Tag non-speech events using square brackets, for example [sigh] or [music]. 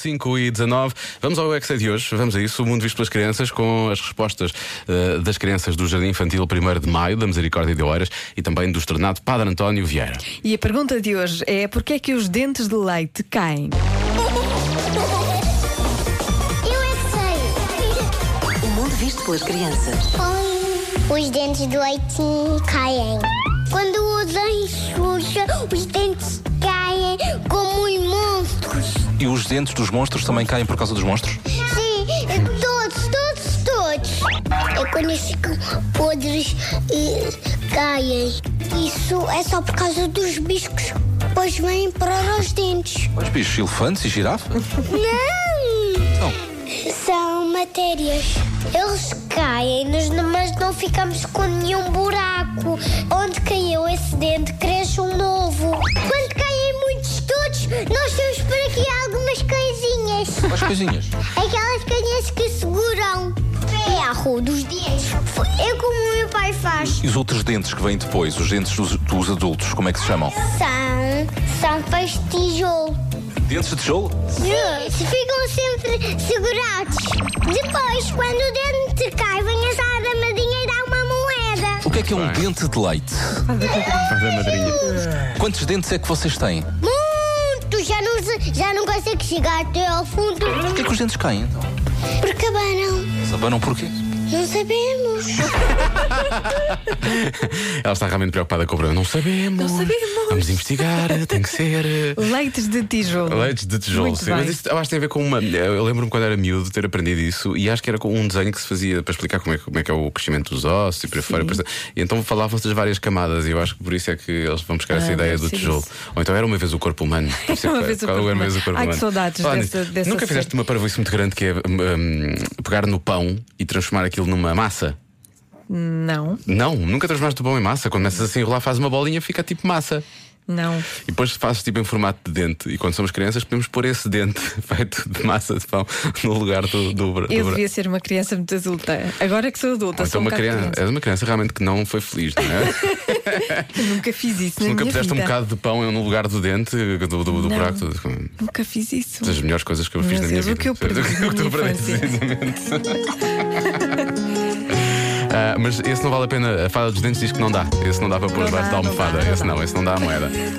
5 e 19. Vamos ao Exa de hoje, vamos a isso. O mundo visto pelas crianças, com as respostas eh, das crianças do Jardim Infantil 1 de Maio, da Misericórdia de Oeiras e também do Estrenado Padre António Vieira. E a pergunta de hoje é: porquê é que os dentes de leite caem? Eu é que sei. O mundo visto pelas crianças. Os dentes do leitinho caem. Quando o leite suja, os dentes caem como os monstros. E os dentes dos monstros também caem por causa dos monstros? Sim, é todos, todos, todos. É quando eles ficam podres e caem. Isso é só por causa dos biscos, pois vêm para os dentes. Mas bichos, elefantes e girafas? Não! São matérias. Eles caem, nós não- mas não ficamos com nenhum buraco. Onde caiu esse dente, cresce um novo. Quando caem muitos todos, nós temos por aqui algumas coisinhas. As coisinhas. Aquelas canhas que seguram ferro dos dentes. É como o meu pai faz. E os outros dentes que vêm depois, os dentes dos, dos adultos, como é que se chamam? São, são feitos de tijolo. Dentes de tijolo? Se ficam sempre segurados. Depois, quando o dente cai, vem essa armadinha e dá uma moeda. O que é que é um dente de leite? Quantos dentes é que vocês têm? Muito! Já não, se- já não consegue chegar até ao fundo. Porquê é que os dentes caem então? Porque abanam. Eles abanam porquê? Não sabemos. Ela está realmente preocupada com o problema. Não sabemos. Não sabemos. Vamos investigar, tem que [laughs] ser. Leites de tijolo. Leites de tijolo, Uhum. Muito sim. bem. Mas isso, eu acho que tem a ver com uma. Eu lembro-me quando era miúdo ter aprendido isso e acho que era com um desenho que se fazia para explicar como é, que- como é que é o crescimento dos ossos e para fora. e por aí- E então falavam-se das várias camadas e eu acho que por isso é que eles vão buscar essa Ah, ideia deve do ser tijolo. isso. Ou então era uma vez o corpo [laughs] humano. Não sei Uma qual- vez o qual corpo era uma humano. vez o corpo Ai, que humano. saudades Olha, dessa- dessa Nunca fizeste série. uma parvoíce muito grande que é hum, pegar no pão e transformar aquilo numa massa? Não, Não, nunca transformaste o pão em massa. Quando começas a se enrolar, faz uma bolinha, fica tipo massa. não. E depois fazes tipo em formato de dente. E quando somos crianças, podemos pôr esse dente [laughs] feito de massa de pão no lugar do, do, bra- do Eu bra- devia ser uma criança muito adulta. Agora que sou adulta, Ou então sou um uma bocado criança, és uma criança realmente que não foi feliz, não [laughs] é? Eu Nunca fiz isso Se na nunca minha puseste um vida. bocado de pão no lugar do dente, do, do, do Não. buraco. Nunca fiz isso. Das melhores coisas que eu fiz Meu na minha Deus, vida. o que eu [laughs] perdi O que na tu minha perdeste, exatamente. [laughs] Ah, mas esse não vale a pena. A fada dos dentes diz que não dá. Esse não dá para pôr Não debaixo dá, da não dá, almofada. não esse dá. não, esse não dá a moeda.